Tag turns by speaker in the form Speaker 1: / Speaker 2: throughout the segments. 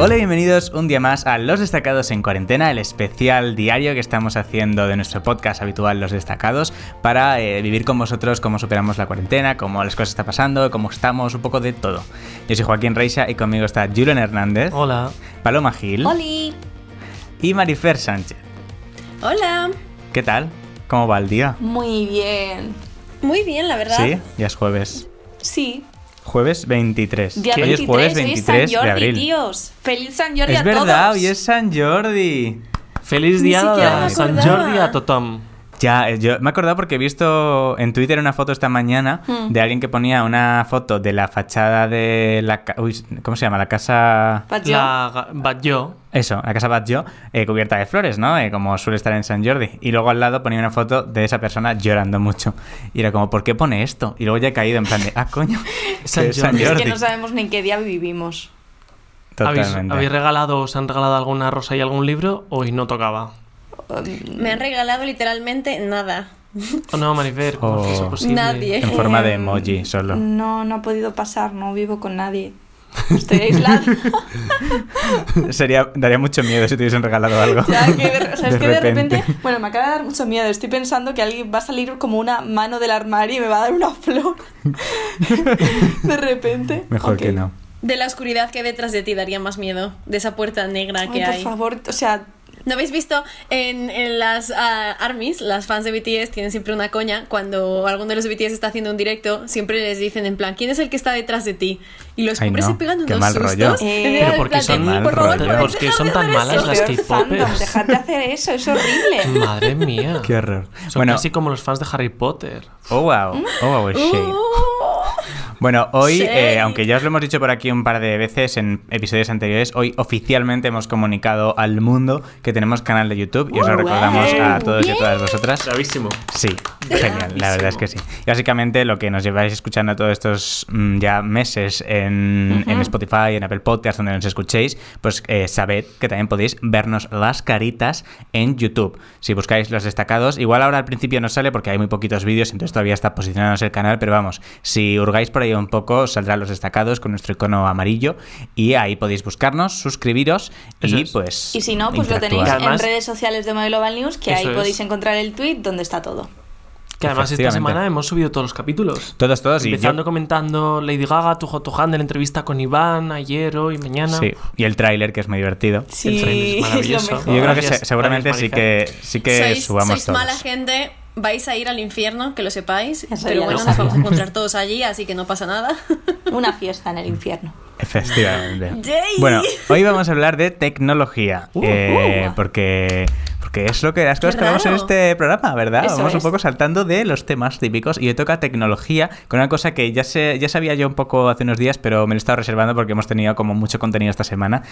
Speaker 1: Hola y bienvenidos un día más a Los Destacados en Cuarentena, el especial diario que estamos haciendo de nuestro podcast habitual Los Destacados para eh, vivir con vosotros cómo superamos la cuarentena, cómo las cosas están pasando, cómo estamos, un poco de todo. Yo soy Joaquín Reixa y conmigo está Julian Hernández,
Speaker 2: Hola.
Speaker 1: Paloma Gil
Speaker 3: ¡Holi!
Speaker 1: y Marifer Sánchez.
Speaker 3: ¡Hola!
Speaker 1: ¿Qué tal? ¿Cómo va el día?
Speaker 3: Muy bien.
Speaker 4: Muy bien, la verdad.
Speaker 1: Sí, ya es jueves.
Speaker 3: Sí.
Speaker 1: Jueves 23.
Speaker 3: Día
Speaker 1: Hoy es
Speaker 3: 23,
Speaker 1: jueves
Speaker 3: hoy
Speaker 1: 23
Speaker 3: San Jordi,
Speaker 1: de abril.
Speaker 3: tíos. ¡Feliz San Jordi a
Speaker 1: es
Speaker 3: todos!
Speaker 1: verdad, hoy es San Jordi.
Speaker 2: Feliz
Speaker 4: Ni
Speaker 2: día
Speaker 4: siquiera
Speaker 2: de
Speaker 4: me
Speaker 2: San
Speaker 4: acordaba.
Speaker 2: Jordi a Totom.
Speaker 1: Ya, eh, yo me he acordado porque he visto en Twitter una foto esta mañana
Speaker 3: Hmm.
Speaker 1: de alguien que ponía una foto de la fachada de la... ca- uy, ¿Cómo se llama? La casa...
Speaker 3: Pat Joe.
Speaker 2: La ga- Batlló.
Speaker 1: Eso, la casa Batlló, eh, cubierta de flores, ¿no? Eh, como suele estar en San Jordi. Y luego al lado ponía una foto de esa persona llorando mucho. Y era como, ¿por qué pone esto? Y luego ya he caído en plan de, ah, coño,
Speaker 2: San
Speaker 1: que es San
Speaker 2: Jordi.
Speaker 3: Es
Speaker 1: Jordi.
Speaker 3: que no sabemos ni en qué día vivimos.
Speaker 2: ¿Habéis,
Speaker 1: Totalmente.
Speaker 2: habéis regalado, os han regalado alguna rosa y algún libro? Hoy no tocaba.
Speaker 4: Me han regalado literalmente nada.
Speaker 2: Oh, no, Marifer, ¿cómo
Speaker 1: Oh.
Speaker 2: es eso posible?
Speaker 4: Nadie.
Speaker 1: En forma de
Speaker 3: Em,
Speaker 1: emoji solo.
Speaker 3: No, no ha podido pasar, no vivo con nadie. Estoy aislada.
Speaker 1: Sería, daría mucho miedo si te hubiesen regalado algo.
Speaker 3: Ya, que de- o sea, es que de repente, bueno, me acaba de dar mucho miedo. Estoy pensando que alguien va a salir como una mano del armario y me va a dar una flor. de repente.
Speaker 1: Mejor que
Speaker 3: Ok.
Speaker 1: no.
Speaker 4: De la oscuridad que hay detrás de ti daría más miedo. De esa puerta negra
Speaker 3: Ay,
Speaker 4: Ah, que
Speaker 3: por
Speaker 4: hay.
Speaker 3: favor, o sea,
Speaker 4: ¿No habéis visto en, en las ah, ARMYs, las fans de BTS tienen siempre una coña, cuando alguno de los BTS está haciendo un directo, siempre les dicen en plan, ¿quién es el que está detrás de ti? Y los
Speaker 1: Ay,
Speaker 4: pobres
Speaker 1: no,
Speaker 4: se pegan
Speaker 1: qué
Speaker 4: unos
Speaker 1: mal
Speaker 4: sustos.
Speaker 1: rollo.
Speaker 3: Eh,
Speaker 4: En
Speaker 3: Pero
Speaker 4: plan
Speaker 2: porque
Speaker 4: de,
Speaker 2: son
Speaker 1: mal
Speaker 4: por favor,
Speaker 1: rollo.
Speaker 4: podéis
Speaker 2: Porque
Speaker 4: dejar
Speaker 2: son
Speaker 4: de
Speaker 2: tan
Speaker 4: hacer
Speaker 2: malas
Speaker 4: eso".
Speaker 2: las
Speaker 3: peor
Speaker 2: K-popers.
Speaker 3: fandom, dejad de hacer eso, es
Speaker 1: Mm.
Speaker 3: horrible.
Speaker 2: Madre mía.
Speaker 1: Qué horror.
Speaker 2: Son
Speaker 1: bueno,
Speaker 2: casi como los fans de Harry Potter.
Speaker 1: oh wow, oh wow, shade.
Speaker 3: Uh.
Speaker 1: Bueno, hoy,
Speaker 4: Uh, Shade.
Speaker 1: eh, aunque ya os lo hemos dicho por aquí un par de veces en episodios anteriores, hoy oficialmente hemos comunicado al mundo que tenemos canal de YouTube y os lo
Speaker 3: Wow.
Speaker 1: recordamos a todos y a todas vosotras.
Speaker 2: Bravísimo.
Speaker 1: Sí, genial, la verdad es que sí. Y básicamente lo que nos lleváis escuchando todos estos mm, ya meses en, en Spotify, en Apple Podcasts, donde nos escuchéis, pues eh, sabed que también podéis vernos las caritas en YouTube. Si buscáis los destacados, igual ahora al principio no sale porque hay muy poquitos vídeos, entonces todavía está posicionados el canal, pero vamos, si hurgáis por ahí un poco, os saldrán los destacados con nuestro icono amarillo y ahí podéis buscarnos, suscribiros
Speaker 2: Eso
Speaker 1: y
Speaker 2: es.
Speaker 1: pues...
Speaker 3: Y si no, pues lo tenéis
Speaker 1: interactuar.
Speaker 2: Y además-
Speaker 3: en redes sociales de My Global News, que ahí
Speaker 2: Eso es.
Speaker 3: podéis encontrar el tweet donde está todo.
Speaker 2: Que además esta
Speaker 1: Efectivamente.
Speaker 2: semana hemos subido todos los capítulos.
Speaker 1: Todos, todos y yo-
Speaker 2: Empezando comentando Lady Gaga, tu Joto Handel, entrevista con Iván ayer, hoy, mañana.
Speaker 1: Sí, y el tráiler que es muy divertido.
Speaker 2: El tren es
Speaker 3: Sí, es lo
Speaker 2: maravilloso.
Speaker 1: Y Yo
Speaker 3: mejor.
Speaker 1: creo que
Speaker 2: Gracias,
Speaker 1: se- seguramente
Speaker 2: gracias,
Speaker 1: sí que sí que
Speaker 4: sois,
Speaker 1: subamos
Speaker 4: sois
Speaker 1: todos.
Speaker 4: mala gente, vais a ir al infierno, que lo sepáis.
Speaker 3: Eso ya
Speaker 4: pero
Speaker 3: lo
Speaker 4: bueno, nos
Speaker 3: sabía.
Speaker 4: vamos a encontrar todos allí, así que no pasa nada.
Speaker 3: Una fiesta en el infierno.
Speaker 1: Efectivamente.
Speaker 4: Yay.
Speaker 1: Bueno, hoy vamos a hablar de tecnología.
Speaker 2: Uh,
Speaker 1: eh, porque porque es lo que las cosas que vemos en
Speaker 4: raro.
Speaker 1: este programa, ¿verdad?
Speaker 3: Eso
Speaker 1: vamos un
Speaker 3: es.
Speaker 1: poco saltando de los temas típicos y hoy toca tecnología con una cosa que ya sé ya sabía yo un poco hace unos días, pero me lo he estado reservando porque hemos tenido como mucho contenido esta semana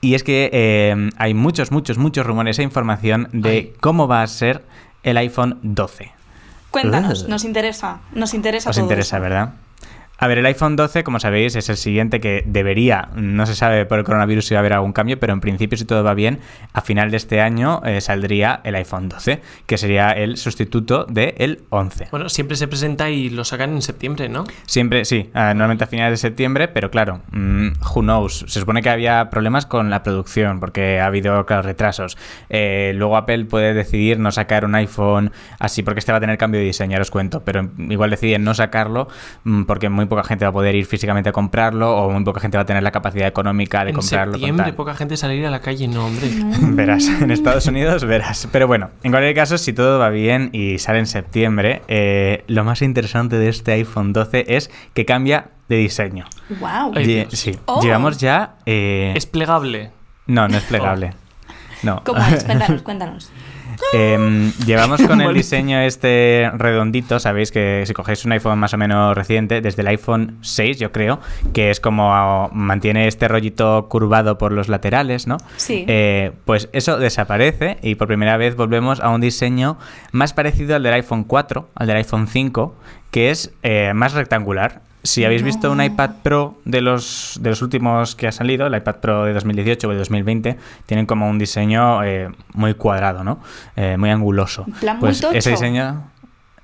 Speaker 1: y es que eh, hay muchos muchos muchos rumores e información de
Speaker 2: Ay.
Speaker 1: cómo va a ser el iPhone 12.
Speaker 3: Cuéntanos,
Speaker 1: Ugh.
Speaker 3: nos interesa, nos interesa
Speaker 1: Os
Speaker 3: todo
Speaker 1: Eh. interesa,
Speaker 3: eso.
Speaker 1: ¿verdad? A ver, el iPhone 12, como sabéis, es el siguiente que debería, no se sabe por el coronavirus si va a haber algún cambio, pero en principio, si todo va bien, a final de este año eh, saldría el iPhone 12, que sería el sustituto del 11.
Speaker 2: Bueno, siempre se presenta y lo sacan en septiembre, ¿no?
Speaker 1: Siempre, sí, ah, normalmente a finales de septiembre, pero claro, mm, who knows. Se supone que había problemas con la producción porque ha habido, claro, retrasos. Eh, luego Apple puede decidir no sacar un iPhone así porque este va a tener cambio de diseño, ya os cuento, pero igual deciden no sacarlo mm, porque muy poca gente va a poder ir físicamente a comprarlo o muy poca gente va a tener la capacidad económica de
Speaker 2: en
Speaker 1: comprarlo. con
Speaker 2: septiembre
Speaker 1: tal.
Speaker 2: poca gente salir a la calle, no, hombre.
Speaker 1: Mm. Verás, en Estados Unidos verás. Pero bueno, en cualquier caso, si todo va bien y sale en septiembre, eh, lo más interesante de este iPhone 12 es que cambia de diseño.
Speaker 3: Wow.
Speaker 2: Ay,
Speaker 1: Lle-
Speaker 2: Dios.
Speaker 1: sí.
Speaker 4: Oh.
Speaker 1: Llevamos ya... eh,
Speaker 2: Es plegable.
Speaker 1: No, no es plegable. No.
Speaker 3: ¿Cómo es? Cuéntanos, cuéntanos.
Speaker 1: Em, llevamos con el
Speaker 2: Vale.
Speaker 1: diseño este redondito, sabéis que si cogéis un iPhone más o menos reciente, desde el iPhone 6 yo creo, que es como ah, mantiene este rollito curvado por los laterales, ¿no?
Speaker 3: Sí.
Speaker 1: Eh, pues eso desaparece y por primera vez volvemos a un diseño más parecido al del iPhone 4, al del iPhone 5, que es eh, más rectangular. Si habéis visto un iPad Pro de los, de los últimos que ha salido, el iPad Pro de 2018 o de 2020, tienen como un diseño eh, muy cuadrado, ¿no? Eh, muy anguloso.
Speaker 3: En plan muy
Speaker 1: pues ese
Speaker 3: tocho.
Speaker 1: diseño...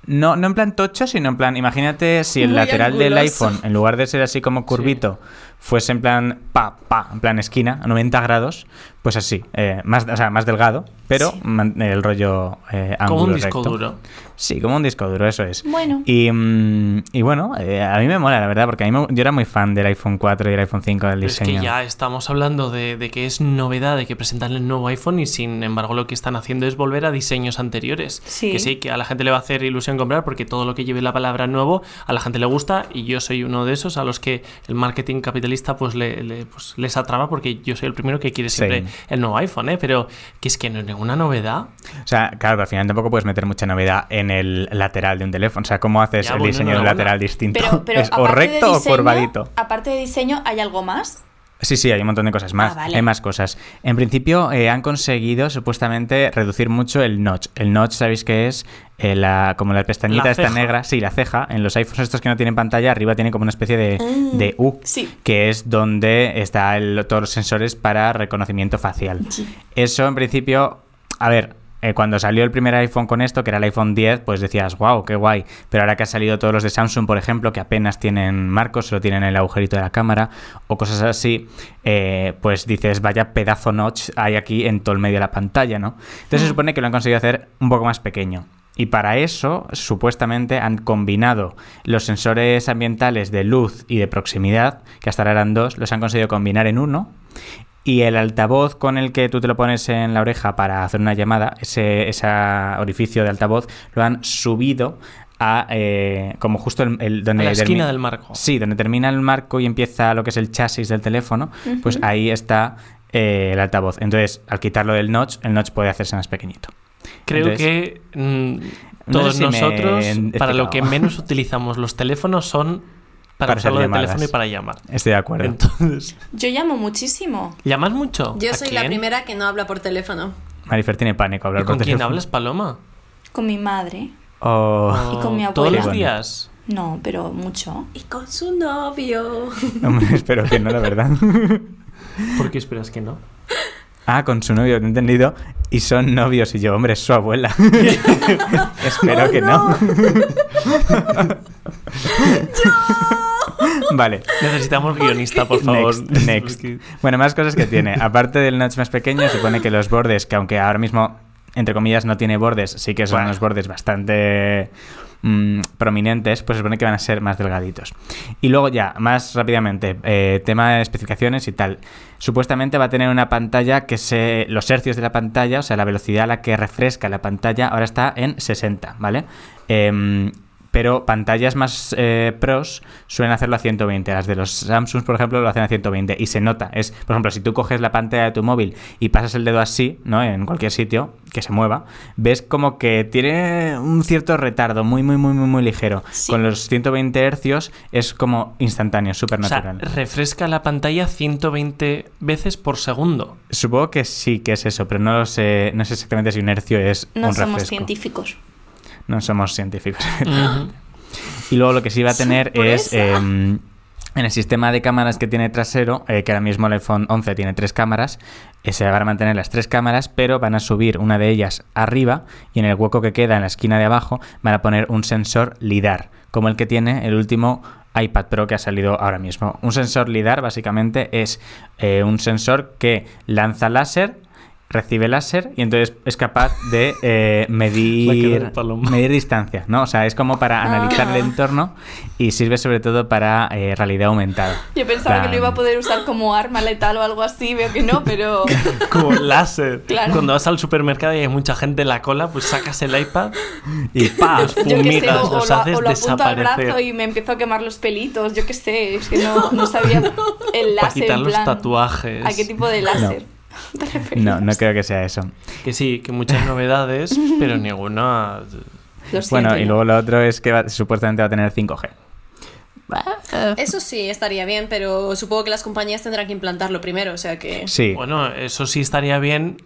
Speaker 1: No, no en plan tocho, sino en plan, imagínate si el
Speaker 4: Muy
Speaker 1: lateral del
Speaker 4: anguloso.
Speaker 1: iPhone, en lugar de ser así como curvito, fuese en plan pa, pa, en plan esquina, a 90 grados, pues así, eh, más, o sea, más delgado, pero
Speaker 4: Sí.
Speaker 1: man- el rollo eh,
Speaker 2: Como un
Speaker 1: ángulo
Speaker 2: disco
Speaker 1: recto.
Speaker 2: duro.
Speaker 1: Sí, como un disco duro, eso es.
Speaker 3: Bueno.
Speaker 1: Y, mm, y bueno, eh, a mí me mola, la verdad, porque a mí me- yo era muy fan del iPhone 4 y el iPhone 5 del
Speaker 2: Pero es
Speaker 1: diseño.
Speaker 2: que ya estamos hablando de, de que es novedad, de que presentan el nuevo iPhone y sin embargo lo que están haciendo es volver a diseños anteriores.
Speaker 3: Sí.
Speaker 2: Que sí, que a la gente le va a hacer ilusión comprar porque todo lo que lleve la palabra nuevo a la gente le gusta y yo soy uno de esos a los que el marketing capitalista pues, le, le- pues, les atrapa porque yo soy el primero que quiere siempre
Speaker 1: Sí.
Speaker 2: el nuevo iPhone, ¿eh? Pero que es que no es ninguna novedad.
Speaker 1: O sea, claro, pero al final tampoco puedes meter mucha novedad en el lateral de un teléfono. O sea, ¿cómo haces
Speaker 2: Ya,
Speaker 1: el
Speaker 2: bueno,
Speaker 1: diseño de un
Speaker 2: enhorabuena.
Speaker 1: lateral distinto?
Speaker 3: Pero, pero
Speaker 1: ¿Es o
Speaker 3: aparte de
Speaker 1: recto o
Speaker 3: diseño-
Speaker 1: curvadito?
Speaker 3: Aparte de diseño, ¿hay algo más?
Speaker 1: Sí, sí, hay un montón de cosas más.
Speaker 3: Ah, vale.
Speaker 1: Hay más cosas. En principio eh, han conseguido supuestamente reducir mucho el notch. El notch, ¿sabéis qué es? Eh, la, como la pestañita
Speaker 2: La
Speaker 1: esta
Speaker 2: ceja.
Speaker 1: negra, sí, la ceja. En los iPhones estos que no tienen pantalla, arriba tiene como una especie de,
Speaker 3: Ah,
Speaker 1: de U,
Speaker 3: sí.
Speaker 1: que es donde están todos los sensores para reconocimiento facial.
Speaker 3: Sí.
Speaker 1: Eso en principio, a ver, eh, cuando salió el primer iPhone con esto, que era el iPhone 10, pues decías, wow, qué guay. Pero ahora que han salido todos los de Samsung, por ejemplo, que apenas tienen marcos, solo tienen el agujerito de la cámara o cosas así, eh, pues dices, vaya pedazo notch hay aquí en todo el medio de la pantalla, ¿no? Entonces se supone que lo han conseguido hacer un poco más pequeño. Y para eso, supuestamente, han combinado los sensores ambientales de luz y de proximidad, que hasta ahora eran dos, los han conseguido combinar en uno. Y el altavoz con el que tú te lo pones en la oreja para hacer una llamada, ese, esa orificio de altavoz, lo han subido a eh, como justo el, el- donde
Speaker 2: A la esquina
Speaker 1: termi-
Speaker 2: del marco.
Speaker 1: Sí, donde termina el marco y empieza lo que es el chasis del teléfono, pues ahí está eh, el altavoz. Entonces, al quitarlo del notch, el notch puede hacerse más pequeñito.
Speaker 2: Creo
Speaker 1: Entonces,
Speaker 2: que mm,
Speaker 1: no
Speaker 2: todos
Speaker 1: sé si me he
Speaker 2: nosotros, para lo que
Speaker 1: explicado.
Speaker 2: menos utilizamos los teléfonos son para,
Speaker 1: Para hacer
Speaker 2: usarlo de
Speaker 1: llamadas.
Speaker 2: teléfono y para llamar.
Speaker 1: Estoy de acuerdo.
Speaker 2: Entonces,
Speaker 3: Yo llamo muchísimo.
Speaker 2: ¿llamas mucho?
Speaker 4: Yo
Speaker 2: ¿A
Speaker 4: soy la
Speaker 2: quién?
Speaker 4: primera que no habla por teléfono.
Speaker 1: Marifer tiene pánico a
Speaker 2: ¿Y
Speaker 1: hablar
Speaker 2: con
Speaker 1: por
Speaker 2: quién
Speaker 1: teléfono.
Speaker 2: hablas, Paloma?
Speaker 3: Con mi madre.
Speaker 1: Oh,
Speaker 3: Y con mi
Speaker 2: ¿Todos
Speaker 3: abuela.
Speaker 2: los
Speaker 1: Bueno.
Speaker 2: días?
Speaker 3: No, pero mucho.
Speaker 4: Y con su novio.
Speaker 1: hombre, espero que no, la verdad.
Speaker 2: ¿Por qué esperas que no?
Speaker 1: Ah, con su novio, te he entendido. Y son novios. Y yo, hombre, es su abuela. Espero que no. vale.
Speaker 2: Necesitamos guionista, por favor.
Speaker 1: Next, next. Bueno, más cosas que tiene. Aparte del notch más pequeño, supone que los bordes, que aunque ahora mismo, entre comillas, no tiene bordes, sí que son
Speaker 2: Bueno.
Speaker 1: unos bordes bastante mm, prominentes, pues supone que van a ser más delgaditos. Y luego ya, más rápidamente, eh, tema de especificaciones y tal. Supuestamente va a tener una pantalla que se... Los hercios de la pantalla, o sea, la velocidad a la que refresca la pantalla, ahora está en 60, ¿vale? Em, pero pantallas más eh, pros suelen hacerlo a 120. Las de los Samsung, por ejemplo, lo hacen a 120 y se nota. Es, por ejemplo, si tú coges la pantalla de tu móvil y pasas el dedo así, ¿no? En cualquier sitio que se mueva, ves como que tiene un cierto retardo muy, muy, muy, muy, muy ligero.
Speaker 3: Sí.
Speaker 1: Con los 120 hercios es como instantáneo, súper
Speaker 2: O sea,
Speaker 1: natural.
Speaker 2: refresca la pantalla 120 veces por segundo.
Speaker 1: Supongo que sí que es eso, pero no lo sé, no sé exactamente si un hercio es
Speaker 3: No
Speaker 1: un
Speaker 3: somos
Speaker 1: refresco.
Speaker 3: científicos.
Speaker 1: No somos científicos.
Speaker 2: Ujú.
Speaker 1: Y luego lo que sí va a tener es
Speaker 4: ¡Sorpresa!
Speaker 1: em, en el sistema de cámaras que tiene trasero, eh, que ahora mismo el iPhone 11 tiene tres cámaras, eh, se van a mantener las tres cámaras, pero van a subir una de ellas arriba y en el hueco que queda en la esquina de abajo van a poner un sensor LIDAR, como el que tiene el último iPad Pro que ha salido ahora mismo. Un sensor LIDAR básicamente es eh, un sensor que lanza láser, recibe láser y entonces es capaz de eh,
Speaker 2: de
Speaker 1: medir,
Speaker 2: paloma.
Speaker 1: medir distancia, ¿no? O sea, es como para analizar el
Speaker 4: Ah.
Speaker 1: entorno y sirve sobre todo para eh, realidad aumentada.
Speaker 3: Yo pensaba que
Speaker 1: Plan-
Speaker 3: lo iba a poder usar como arma letal o algo así, veo que no, pero
Speaker 2: Como láser.
Speaker 3: Claro.
Speaker 2: Cuando vas al supermercado y hay mucha gente en la cola, pues sacas el iPad y ¡pa! Los
Speaker 3: yo que sé, o,
Speaker 2: fumigas,
Speaker 3: o
Speaker 2: los
Speaker 3: lo,
Speaker 2: haces
Speaker 3: o lo apunto al brazo
Speaker 2: desaparecer.
Speaker 3: y me empiezo a quemar los pelitos, yo qué sé, es que no, no sabía el
Speaker 2: Para
Speaker 3: láser,
Speaker 2: quitar
Speaker 3: en
Speaker 2: los
Speaker 3: plan,
Speaker 2: tatuajes.
Speaker 3: ¿a qué tipo de láser? ¿Te refieres?
Speaker 1: No, no creo que sea eso.
Speaker 2: Que sí, que muchas novedades, pero ninguna.
Speaker 3: Lo siento,
Speaker 1: Bueno, y
Speaker 3: no.
Speaker 1: luego lo otro es que va- supuestamente va a tener 5G.
Speaker 4: Eso sí, estaría bien, pero supongo que las compañías tendrán que implantarlo primero, o sea que...
Speaker 1: Sí.
Speaker 2: Bueno, eso sí estaría bien.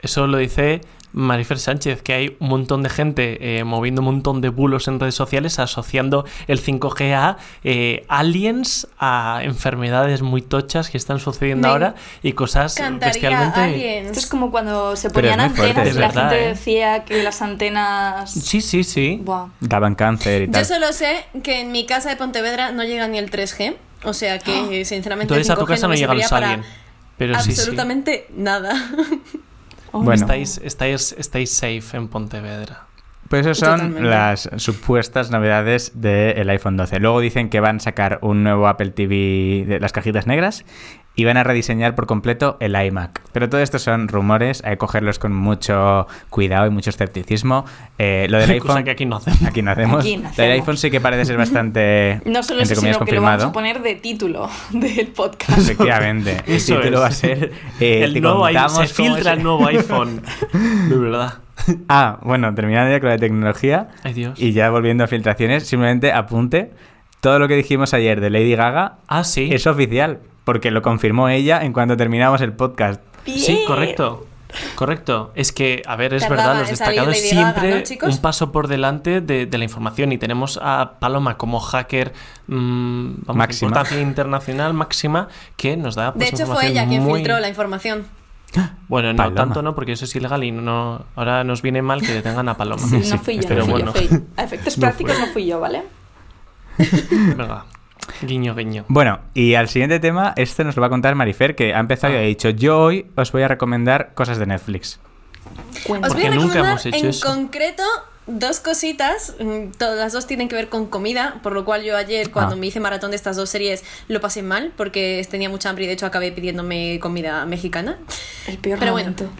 Speaker 2: Eso lo dice Marifer Sánchez, que hay un montón de gente eh, moviendo un montón de bulos en redes sociales asociando el 5G a eh, aliens, a enfermedades muy tochas que están sucediendo
Speaker 4: Me
Speaker 2: ahora y cosas
Speaker 4: Cantaría
Speaker 2: bestialmente.
Speaker 3: Esto es
Speaker 4: aliens.
Speaker 3: como cuando se
Speaker 1: Pero es
Speaker 3: ponían
Speaker 1: muy fuerte,
Speaker 3: antenas
Speaker 1: es
Speaker 3: y la
Speaker 2: verdad,
Speaker 3: gente
Speaker 2: ¿eh?
Speaker 3: decía que las antenas...
Speaker 2: Sí, sí, sí.
Speaker 3: Buah.
Speaker 1: Daban cáncer y
Speaker 4: Yo
Speaker 1: tal.
Speaker 4: solo sé que en mi casa de Pontevedra no llega ni el 3G, O sea
Speaker 3: ¡Ah!
Speaker 4: que, sinceramente,
Speaker 2: Entonces a tu
Speaker 4: 5G
Speaker 2: casa no
Speaker 4: me
Speaker 2: llega el
Speaker 4: serviría para
Speaker 2: Salien. Pero sí, Ah, sí.
Speaker 4: absolutamente nada.
Speaker 3: oh,
Speaker 1: Bueno,
Speaker 2: Estáis, estáis, estáis safe en Pontevedra.
Speaker 1: pues esas son
Speaker 4: Totalmente.
Speaker 1: las supuestas novedades del iPhone 12. Luego dicen que van a sacar un nuevo Apple TV de las cajitas negras y van a rediseñar por completo el iMac. Pero todo esto son rumores, hay que cogerlos con mucho cuidado y mucho escepticismo. Eh, lo del
Speaker 2: Cosa
Speaker 1: iPhone...
Speaker 2: que aquí no hacemos.
Speaker 1: Aquí no hacemos.
Speaker 3: Aquí no
Speaker 1: Lo del
Speaker 3: hacemos.
Speaker 1: iPhone sí que parece ser bastante,
Speaker 3: No solo
Speaker 1: entre comillas,
Speaker 3: eso, sino que lo
Speaker 1: confirmado.
Speaker 3: vamos a poner de título del podcast.
Speaker 1: Efectivamente. El
Speaker 2: Eso
Speaker 1: título
Speaker 2: es.
Speaker 1: va a ser... eh,
Speaker 2: el
Speaker 1: te
Speaker 2: nuevo iPhone.
Speaker 1: contamos
Speaker 2: Se
Speaker 1: cómo
Speaker 2: filtra
Speaker 1: es-
Speaker 2: el nuevo iPhone. De verdad.
Speaker 1: Ah, bueno, terminando ya con la tecnología
Speaker 2: Ay, Dios.
Speaker 1: y ya volviendo a filtraciones, simplemente apunte todo lo que dijimos ayer de Lady Gaga
Speaker 2: Ah, sí.
Speaker 1: es oficial, porque lo confirmó ella en cuanto terminamos el podcast.
Speaker 2: Sí,
Speaker 3: Bien.
Speaker 2: correcto. Correcto. Es que, a ver, es
Speaker 4: Tardaba
Speaker 2: verdad, los
Speaker 4: en salir
Speaker 2: destacados
Speaker 4: Lady Gaga,
Speaker 2: siempre
Speaker 4: ¿no, chicos?
Speaker 2: un paso por delante de, de la información y tenemos a Paloma como hacker mm, vamos,
Speaker 1: Máxima.
Speaker 2: importancia internacional máxima que nos da
Speaker 4: De
Speaker 2: pues,
Speaker 4: hecho, fue
Speaker 2: información
Speaker 4: ella quien
Speaker 2: muy-
Speaker 4: filtró la información.
Speaker 2: Bueno, no,
Speaker 1: Paloma.
Speaker 2: tanto no, porque eso es ilegal y no ahora nos viene mal que detengan a Paloma.
Speaker 3: Sí, no fui yo,
Speaker 2: pero
Speaker 3: no fui
Speaker 2: bueno,
Speaker 3: yo, fui yo. A efectos
Speaker 2: No
Speaker 3: prácticos
Speaker 2: fue.
Speaker 3: no fui yo, ¿vale?
Speaker 2: venga. Guiño, guiño.
Speaker 1: Bueno, y al siguiente tema, este nos lo va a contar Marifer, que ha empezado y
Speaker 2: Ah.
Speaker 1: ha dicho, yo hoy os voy a recomendar cosas de Netflix.
Speaker 4: Os
Speaker 3: Cuéntame.
Speaker 4: voy
Speaker 2: Porque
Speaker 4: a
Speaker 2: nunca
Speaker 4: recomendar
Speaker 2: hemos hecho
Speaker 4: en
Speaker 2: eso.
Speaker 4: concreto dos cositas. mm, Todas las dos tienen que ver con comida, por lo cual yo ayer, cuando
Speaker 1: Ah.
Speaker 4: me hice maratón de estas dos series, lo pasé mal porque tenía mucha hambre y de hecho acabé pidiéndome comida mexicana.
Speaker 3: El peor
Speaker 4: Pero bueno.
Speaker 3: momento.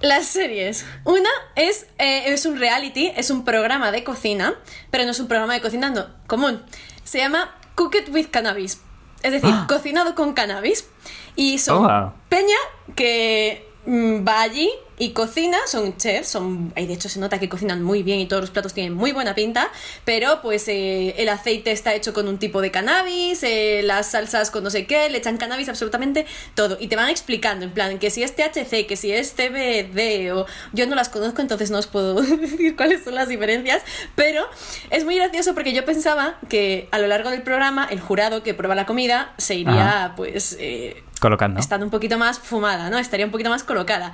Speaker 4: Las series. Una es, eh, es un reality, es un programa de cocina, pero no es un programa de cocina no, común. Se llama Cook It with Cannabis. Es decir,
Speaker 2: Ah.
Speaker 4: cocinado con cannabis. Y son
Speaker 1: Toma.
Speaker 4: Peña que mm, va allí y cocina, son chefs, son, y de hecho se nota que cocinan muy bien y todos los platos tienen muy buena pinta, pero pues eh, el aceite está hecho con un tipo de cannabis, eh, las salsas con no sé qué, le echan cannabis absolutamente todo y te van explicando en plan que si es THC, que si es CBD o yo no las conozco entonces no os puedo decir cuáles son las diferencias, pero es muy gracioso porque yo pensaba que a lo largo del programa el jurado que prueba la comida se iría pues... eh,
Speaker 1: Colocando.
Speaker 4: estando un poquito más fumada, ¿no? Estaría un poquito más colocada.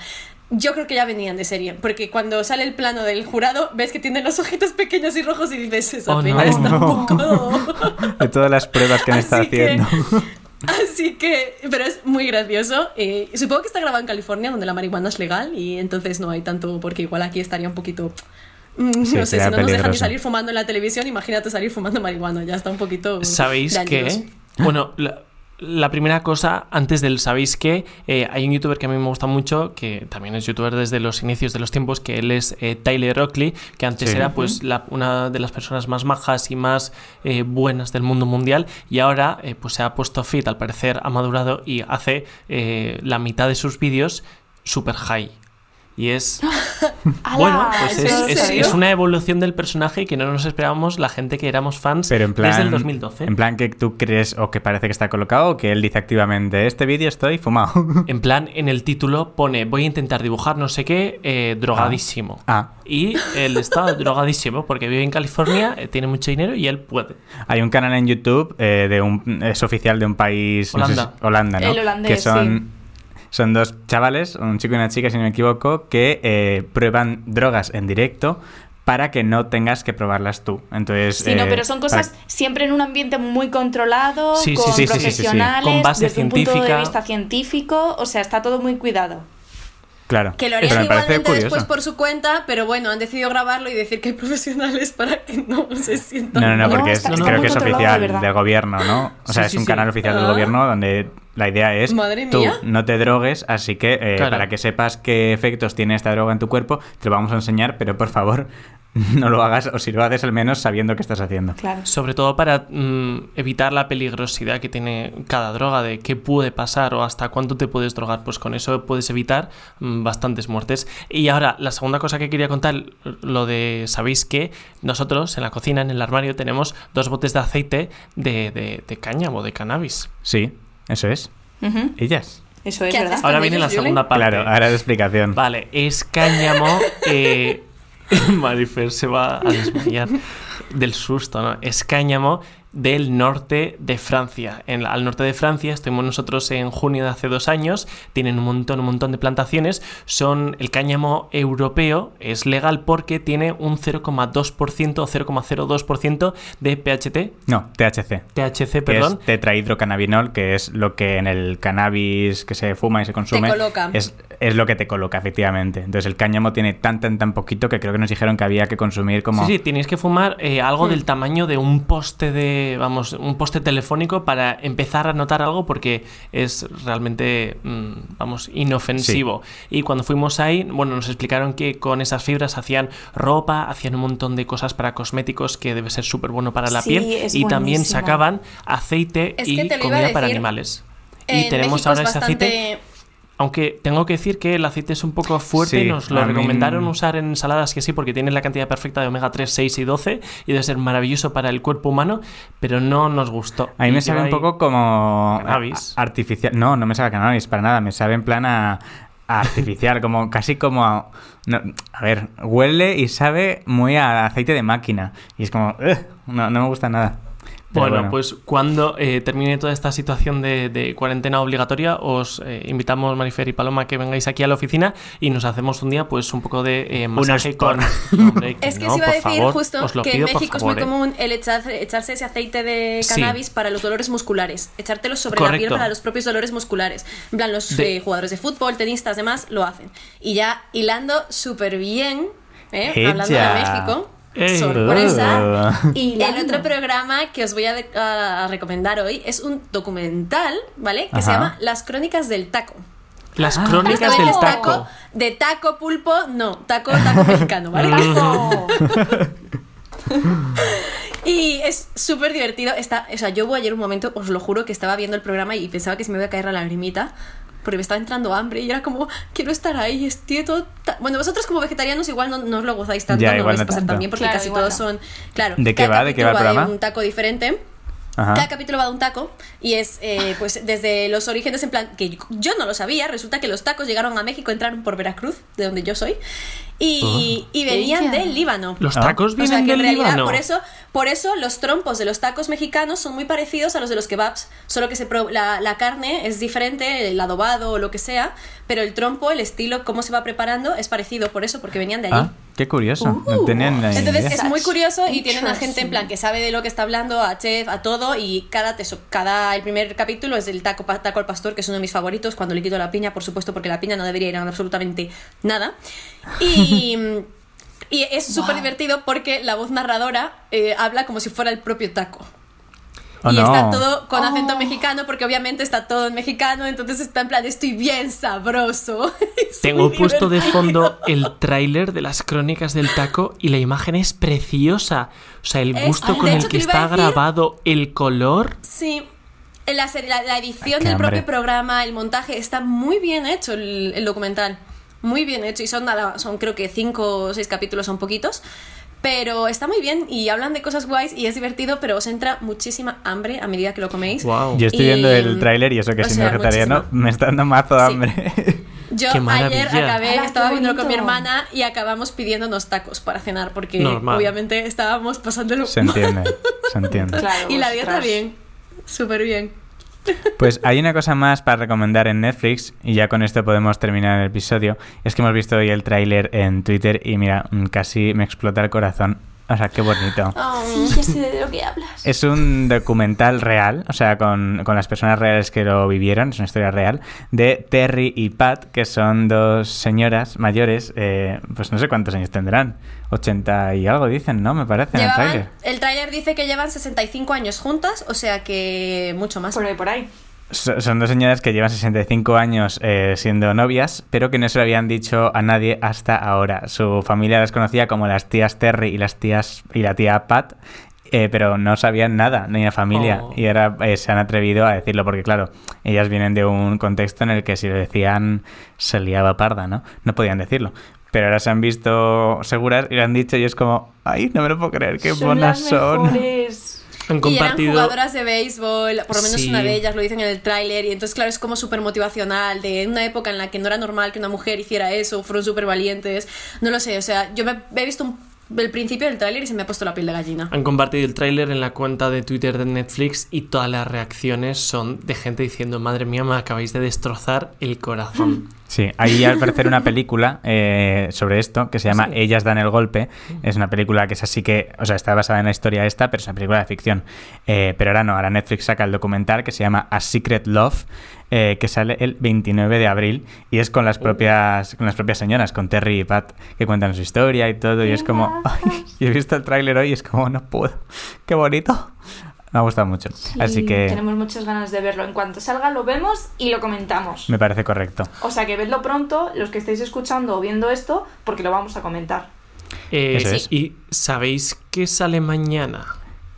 Speaker 4: Yo creo que ya venían de serie, porque cuando sale el plano del jurado, ves que tiene los ojitos pequeños y rojos y dices, esa
Speaker 2: Oh,
Speaker 4: pena
Speaker 2: no.
Speaker 4: está
Speaker 1: No.
Speaker 4: un poco...
Speaker 1: De todas las pruebas que han estado
Speaker 4: Así que-
Speaker 1: haciendo.
Speaker 4: Así que, pero es muy gracioso. eh, supongo que está grabado en California, donde la marihuana es legal, y entonces no hay tanto, porque igual aquí estaría un poquito... mm,
Speaker 1: Sí,
Speaker 4: no sé,
Speaker 1: sería
Speaker 4: si no nos dejan ni
Speaker 1: peligroso.
Speaker 4: salir fumando en la televisión, imagínate salir fumando marihuana, ya está un poquito...
Speaker 2: ¿Sabéis
Speaker 4: dañinos.
Speaker 2: que? Bueno, la, la primera cosa, antes del ¿sabéis que hay un youtuber que a mí me gusta mucho, que también es youtuber desde los inicios de los tiempos, que él es eh, Tyler Oakley, que antes
Speaker 1: Sí.
Speaker 2: era pues la- una de las personas más majas y más eh, buenas del mundo mundial, y ahora eh, pues se ha puesto fit, al parecer ha madurado y hace eh, la mitad de sus vídeos super high. Y es bueno,
Speaker 3: ¡Hala!
Speaker 2: pues
Speaker 4: ¿en
Speaker 2: es, es-
Speaker 4: serio?
Speaker 2: es una evolución del personaje que no nos esperábamos la gente que éramos fans
Speaker 1: Pero en plan,
Speaker 2: desde el 2012.
Speaker 1: en plan que tú crees o que parece que está colocado o que él dice activamente, este vídeo estoy fumado.
Speaker 2: En plan, en el título pone voy a intentar dibujar no sé qué, eh, drogadísimo.
Speaker 1: Ah.
Speaker 2: Y él está drogadísimo porque vive en California, eh, tiene mucho dinero y él puede.
Speaker 1: Hay un canal en YouTube eh, de un es oficial de un país no sé si-
Speaker 2: Holanda.
Speaker 1: Holanda, ¿no?
Speaker 3: El holandés,
Speaker 1: que son son dos chavales, un chico y una chica si no me equivoco, que eh, prueban drogas en directo para que no tengas que probarlas tú. Entonces,
Speaker 3: Sí, no,
Speaker 1: eh,
Speaker 3: pero son
Speaker 1: para-
Speaker 3: cosas siempre en un ambiente muy controlado,
Speaker 2: Sí, sí, sí, sí,
Speaker 3: con
Speaker 2: sí, sí, sí.
Speaker 3: profesionales,
Speaker 2: Con base
Speaker 3: desde un punto
Speaker 2: científica.
Speaker 3: de vista científico, o sea, está todo muy cuidado.
Speaker 1: claro.
Speaker 4: Que lo
Speaker 1: pero
Speaker 4: harían
Speaker 1: me parece
Speaker 4: igualmente
Speaker 1: curioso.
Speaker 4: después por su cuenta, pero bueno, han decidido grabarlo y decir que hay profesionales para que no se sientan.
Speaker 1: No, no, no,
Speaker 3: No,
Speaker 1: porque es-
Speaker 3: está-
Speaker 2: está
Speaker 1: creo
Speaker 2: muy
Speaker 1: que es
Speaker 3: controlado, de
Speaker 1: oficial
Speaker 3: verdad.
Speaker 1: del gobierno, ¿no? O
Speaker 2: Sí,
Speaker 1: sea,
Speaker 2: sí,
Speaker 1: es un
Speaker 2: sí.
Speaker 1: canal oficial del
Speaker 4: Ah.
Speaker 1: gobierno donde la idea es
Speaker 4: Madre
Speaker 1: tú
Speaker 4: mía.
Speaker 1: no te drogues, así que eh,
Speaker 2: Claro.
Speaker 1: para que sepas qué efectos tiene esta droga en tu cuerpo, te lo vamos a enseñar, pero por favor no lo hagas, o si lo haces al menos sabiendo qué estás haciendo.
Speaker 3: Claro.
Speaker 2: Sobre todo para mm, evitar la peligrosidad que tiene cada droga, de qué puede pasar o hasta cuánto te puedes drogar. Pues con eso puedes evitar mm, bastantes muertes. Y ahora, la segunda cosa que quería contar, lo de, ¿sabéis que Nosotros en la cocina, en el armario, tenemos dos botes de aceite de, de, de cáñamo, de cannabis.
Speaker 1: Sí, eso es.
Speaker 3: Ujú.
Speaker 1: Ellas.
Speaker 3: Eso es
Speaker 4: ¿Qué
Speaker 3: verdad.
Speaker 4: haces?
Speaker 2: Ahora
Speaker 4: ¿Con
Speaker 2: viene la
Speaker 4: ellos, Julen?
Speaker 2: segunda parte.
Speaker 1: Claro, ahora la explicación.
Speaker 2: Vale, es cáñamo. eh, Marifer se va a desmayar del susto, ¿no? Es cáñamo del norte de Francia. En, al norte de Francia estuvimos nosotros en junio de hace dos años, tienen un montón, un montón de plantaciones, son el cáñamo europeo, es legal porque tiene un 0,2% o 0,02% de PHT.
Speaker 1: No, THC.
Speaker 2: THC, perdón.
Speaker 1: Es tetrahidrocannabinol, que es lo que en el cannabis que se fuma y se consume.
Speaker 4: Te coloca.
Speaker 1: Es, es lo que te coloca, efectivamente. Entonces el cáñamo tiene tan, tan, tan poquito que creo que nos dijeron que había que consumir como.
Speaker 2: Sí, sí, tienes que fumar eh, algo del tamaño de un poste de. Vamos, un poste telefónico para empezar a notar algo porque es realmente, mm, vamos, inofensivo. Y cuando fuimos ahí, bueno, nos explicaron que con esas fibras hacían ropa, hacían un montón de cosas para cosméticos que debe ser súper bueno para la
Speaker 3: Sí,
Speaker 2: piel. Y
Speaker 3: es
Speaker 2: también
Speaker 3: buenísimo.
Speaker 2: sacaban aceite
Speaker 4: Es que
Speaker 2: y
Speaker 4: te lo iba a
Speaker 2: comida para
Speaker 4: decir.
Speaker 2: animales.
Speaker 4: En
Speaker 2: Y tenemos
Speaker 4: México
Speaker 2: ahora
Speaker 4: es
Speaker 2: ese aceite
Speaker 4: bastante-
Speaker 2: aunque tengo que decir que el aceite es un poco fuerte,
Speaker 1: Sí,
Speaker 2: nos lo
Speaker 1: a mí-
Speaker 2: recomendaron usar en ensaladas que sí, porque tiene la cantidad perfecta de omega 3, 6 y 12 y debe ser maravilloso para el cuerpo humano, pero no nos gustó.
Speaker 1: A mí
Speaker 2: Y
Speaker 1: me sabe
Speaker 2: lleva
Speaker 1: un
Speaker 2: ahí-
Speaker 1: poco como
Speaker 2: cannabis.
Speaker 1: a- artificial. No, no me sabe a cannabis para nada. Me sabe en plan a, a artificial, como casi como a, no, a ver, huele y sabe muy a aceite de máquina y es como "Ugh", no, no me gusta nada. Pero
Speaker 2: Bueno, pues cuando eh, termine toda esta situación de, de cuarentena obligatoria, os eh, invitamos, Marifer y Paloma, que vengáis aquí a la oficina y nos hacemos un día pues un poco de eh, masaje con... No, hombre,
Speaker 4: Es que
Speaker 2: no,
Speaker 4: os iba a
Speaker 2: por
Speaker 4: decir
Speaker 2: favor,
Speaker 4: justo
Speaker 2: os lo
Speaker 4: que en
Speaker 2: pido, por
Speaker 4: México
Speaker 2: favor,
Speaker 4: es
Speaker 2: eh.
Speaker 4: muy común el echar- echarse ese aceite de
Speaker 2: Sí.
Speaker 4: cannabis para los dolores musculares, echártelo sobre la piel
Speaker 2: Correcto.
Speaker 4: para los propios dolores musculares. En plan, los
Speaker 2: De-
Speaker 4: eh, jugadores de fútbol, tenistas, demás, lo hacen. Y ya hilando súper bien, ¿eh? hablando de
Speaker 1: Ella.
Speaker 4: México,
Speaker 2: Ey.
Speaker 4: sorpresa.
Speaker 1: Ugh.
Speaker 3: Y
Speaker 4: El otro programa que os voy a, de- a- a recomendar hoy es un documental, ¿vale? Que se
Speaker 1: Ajá.
Speaker 4: llama Las Crónicas del Taco.
Speaker 2: Las
Speaker 4: Pero
Speaker 2: crónicas
Speaker 4: esta
Speaker 2: del
Speaker 4: vez es
Speaker 2: taco.
Speaker 4: De taco pulpo, no, taco, taco mexicano, ¿vale? Y es súper divertido. Está, o sea, yo hubo ayer un momento, os lo juro, que estaba viendo el programa y pensaba que se me iba a caer la lagrimita. Porque me estaba entrando hambre y era como, quiero estar ahí, es tiene todo. ta- Bueno, vosotros como vegetarianos igual no, no os lo gozáis tanto,
Speaker 1: Ya,
Speaker 4: no lo
Speaker 1: igual
Speaker 4: vais a
Speaker 1: no
Speaker 4: pasar
Speaker 1: tanto.
Speaker 4: tan bien porque
Speaker 3: Claro,
Speaker 4: casi
Speaker 3: igual
Speaker 4: todos
Speaker 3: no.
Speaker 4: son. Claro,
Speaker 1: ¿De qué
Speaker 4: cada
Speaker 1: va? ¿De qué va el
Speaker 4: capítulo de
Speaker 1: programa?
Speaker 4: un taco diferente.
Speaker 1: Ajá.
Speaker 4: Cada capítulo va de un taco y es eh, pues desde los orígenes en plan que yo- yo no lo sabía, resulta que los tacos llegaron a México, entraron por Veracruz, de donde yo soy, y, y venían
Speaker 3: Ella.
Speaker 4: del Líbano.
Speaker 2: Los
Speaker 1: Ah.
Speaker 2: tacos
Speaker 4: o
Speaker 2: vienen
Speaker 4: sea que en
Speaker 2: del
Speaker 4: realidad
Speaker 2: Líbano.
Speaker 4: por eso, por eso los trompos de los tacos mexicanos son muy parecidos a los de los kebabs, solo que se pro- la, la carne es diferente, el adobado o lo que sea, pero el trompo, el estilo, cómo se va preparando es parecido por eso, porque venían de allí.
Speaker 1: Ah, qué curioso. no
Speaker 3: Uh.
Speaker 1: tenía ni la
Speaker 4: Entonces
Speaker 1: idea.
Speaker 4: es muy curioso y tienen a gente
Speaker 3: Interesting.
Speaker 4: en plan que sabe de lo que está hablando, a chef, a todo y cada teso- cada el primer capítulo es el taco pa- taco al pastor que es uno de mis favoritos cuando le quito la piña, por supuesto, porque la piña no debería ir a absolutamente nada. Y y es súper divertido porque la voz narradora eh, habla como si fuera el propio taco.
Speaker 1: Oh,
Speaker 4: y
Speaker 1: no.
Speaker 4: está todo con acento
Speaker 3: Oh.
Speaker 4: mexicano porque obviamente está todo en mexicano, entonces está en plan estoy bien sabroso. Es
Speaker 2: Tengo
Speaker 4: muy
Speaker 2: puesto de
Speaker 4: divertido.
Speaker 2: fondo el tráiler de las crónicas del taco y la imagen es preciosa. O sea, el
Speaker 4: Es-
Speaker 2: gusto
Speaker 4: ay,
Speaker 2: con
Speaker 4: de
Speaker 2: el
Speaker 4: hecho,
Speaker 2: que
Speaker 4: te lo iba a
Speaker 2: está
Speaker 4: decir.
Speaker 2: grabado, el color.
Speaker 4: Sí. La, ser- la, la edición
Speaker 1: Ay, qué
Speaker 4: del propio
Speaker 1: hambre.
Speaker 4: programa, el montaje, está muy bien hecho el, el documental. Muy bien hecho. Y son, nada, son creo que cinco o seis capítulos, son poquitos. Pero está muy bien y hablan de cosas guays y es divertido, pero os entra muchísima hambre a medida que lo coméis.
Speaker 2: Wow.
Speaker 1: Yo estoy viendo
Speaker 4: y-
Speaker 1: el tráiler y eso que
Speaker 4: o
Speaker 1: siendo
Speaker 4: sea,
Speaker 1: vegetariano
Speaker 4: muchísimo.
Speaker 1: me está dando mazo de
Speaker 4: Sí.
Speaker 1: hambre.
Speaker 4: Yo
Speaker 2: Qué
Speaker 4: ayer
Speaker 2: maravilla.
Speaker 4: acabé,
Speaker 3: Ala, Ah, qué
Speaker 4: estaba viéndolo con mi
Speaker 3: bonito.
Speaker 4: hermana y acabamos pidiéndonos tacos para cenar porque
Speaker 2: Normal.
Speaker 4: obviamente estábamos pasándolo
Speaker 1: se
Speaker 4: mal.
Speaker 1: entiende, se entiende.
Speaker 3: Claro,
Speaker 4: y la dieta
Speaker 3: ostras.
Speaker 4: bien, súper bien.
Speaker 1: Pues hay una cosa más para recomendar en Netflix, y ya con esto podemos terminar el episodio. Es que hemos visto hoy el tráiler en Twitter y mira, mm, casi me explota el corazón. O sea, qué bonito.
Speaker 3: Sí, ya sé de lo que hablas.
Speaker 1: Es un documental real, o sea, con, con las personas reales que lo vivieron, es una historia real, de Terry y Pat, que son dos señoras mayores, eh, pues no sé cuántos años tendrán, 80 y algo dicen, ¿no? Me parece en el
Speaker 4: Llevaban-
Speaker 1: tráiler.
Speaker 4: el tráiler dice que llevan 65 años juntas, o sea que mucho más.
Speaker 3: Por ahí, por ahí.
Speaker 1: So- Son dos señoras que llevan 65 años eh, siendo novias, pero que no se lo habían dicho a nadie hasta ahora. Su familia las conocía como las tías Terry y las tías y la tía Pat, eh, pero no sabían nada, ni la familia.
Speaker 2: Oh.
Speaker 1: Y ahora eh, se han atrevido a decirlo, porque claro, ellas vienen de un contexto en el que si lo decían se liaba parda, ¿no? No podían decirlo. Pero ahora se han visto seguras y lo han dicho y es como, ay, no me lo puedo creer, qué buenas son.
Speaker 3: mejores.
Speaker 2: Han
Speaker 4: Y eran
Speaker 2: compartido.
Speaker 4: jugadoras de béisbol, por lo menos
Speaker 2: Sí.
Speaker 4: una de ellas lo dicen en el tráiler, y entonces claro, es como súper motivacional, de una época en la que no era normal que una mujer hiciera eso, fueron súper valientes, no lo sé, o sea, yo me he visto un el principio del tráiler y se me ha puesto la piel de gallina.
Speaker 2: Han compartido el tráiler en la cuenta de Twitter de Netflix y todas las reacciones son de gente diciendo, madre mía, me acabáis de destrozar el corazón.
Speaker 1: Sí, hay al parecer una película eh, sobre esto que se llama sí. Ellas dan el golpe. Es una película que es así que, o sea, está basada en la historia esta, pero es una película de ficción. Eh, pero ahora no, ahora Netflix saca el documental que se llama A Secret Love, eh, que sale el 29 de abril y es con las propias con las propias señoras, con Terry y Pat, que cuentan su historia y todo. Y es como, ay, he visto el tráiler hoy y es como, no puedo, qué bonito. Me ha gustado mucho.
Speaker 3: Sí,
Speaker 1: Así que.
Speaker 3: Tenemos muchas ganas de verlo. En cuanto salga, lo vemos y lo comentamos.
Speaker 1: Me parece correcto.
Speaker 3: O sea que vedlo pronto, los que estéis escuchando o viendo esto, porque lo vamos a comentar.
Speaker 2: Eh, Eso es. ¿Y sabéis qué sale mañana?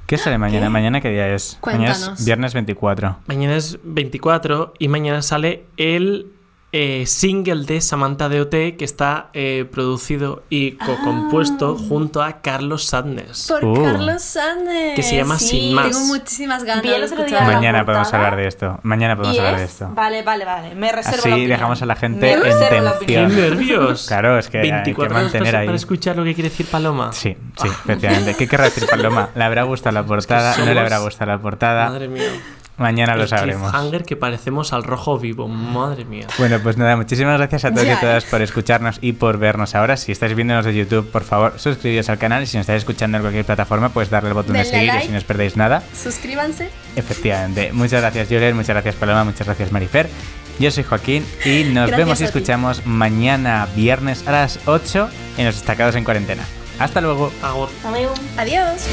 Speaker 1: ¿Qué sale mañana? ¿Qué? ¿Mañana qué día es?
Speaker 4: Cuéntanos.
Speaker 1: Mañana es viernes 24.
Speaker 2: Mañana es 24 y mañana sale el eh, single de Samantha de OT que está eh, producido y co-compuesto ah. junto a Carlos Sadness.
Speaker 4: Por uh. Carlos Sadness.
Speaker 2: Que se llama
Speaker 4: sí,
Speaker 2: Sin Más.
Speaker 4: Tengo muchísimas ganas.
Speaker 3: Vi el otro día
Speaker 1: Mañana
Speaker 3: la
Speaker 1: podemos
Speaker 3: portada.
Speaker 1: hablar de esto. Mañana podemos
Speaker 3: ¿Y
Speaker 1: hablar
Speaker 3: es?
Speaker 1: de esto.
Speaker 3: Vale, vale, vale. Me reservo la
Speaker 1: Así
Speaker 3: opinión.
Speaker 1: dejamos a la
Speaker 3: Me
Speaker 1: gente
Speaker 3: reservo la
Speaker 1: en
Speaker 2: ¡Qué
Speaker 3: opinión.
Speaker 1: tensión.
Speaker 2: nervios!
Speaker 1: Claro, es que hay que
Speaker 2: 24 horas
Speaker 1: mantener
Speaker 2: para-
Speaker 1: ahí.
Speaker 2: para escuchar lo que quiere decir Paloma.
Speaker 1: Sí, sí, efectivamente. ¿Qué querrá decir Paloma? ¿Le habrá gustado la portada? ¿No le
Speaker 2: somos-
Speaker 1: habrá gustado la portada?
Speaker 2: Madre mía.
Speaker 1: Mañana lo
Speaker 2: El
Speaker 1: sabremos.
Speaker 2: cliffhanger que parecemos al rojo vivo. Madre mía.
Speaker 1: Bueno, pues nada, muchísimas gracias a todos y
Speaker 4: Ya,
Speaker 1: a todas por escucharnos y por vernos ahora. Si estáis viéndonos de YouTube, por favor, suscribiros al canal y si nos estáis escuchando en cualquier plataforma, pues darle el botón de
Speaker 4: Denle
Speaker 1: seguir y
Speaker 4: like.
Speaker 1: así no os perdéis nada.
Speaker 4: Suscríbanse.
Speaker 1: Efectivamente. Muchas gracias, Julen, muchas gracias, Paloma, muchas gracias, Marifer. Yo soy Joaquín y nos
Speaker 4: Gracias
Speaker 1: vemos y
Speaker 4: a ti.
Speaker 1: escuchamos mañana viernes a las 8 en los destacados en cuarentena. Hasta luego.
Speaker 2: Agur.
Speaker 3: Adeu.
Speaker 4: Adiós.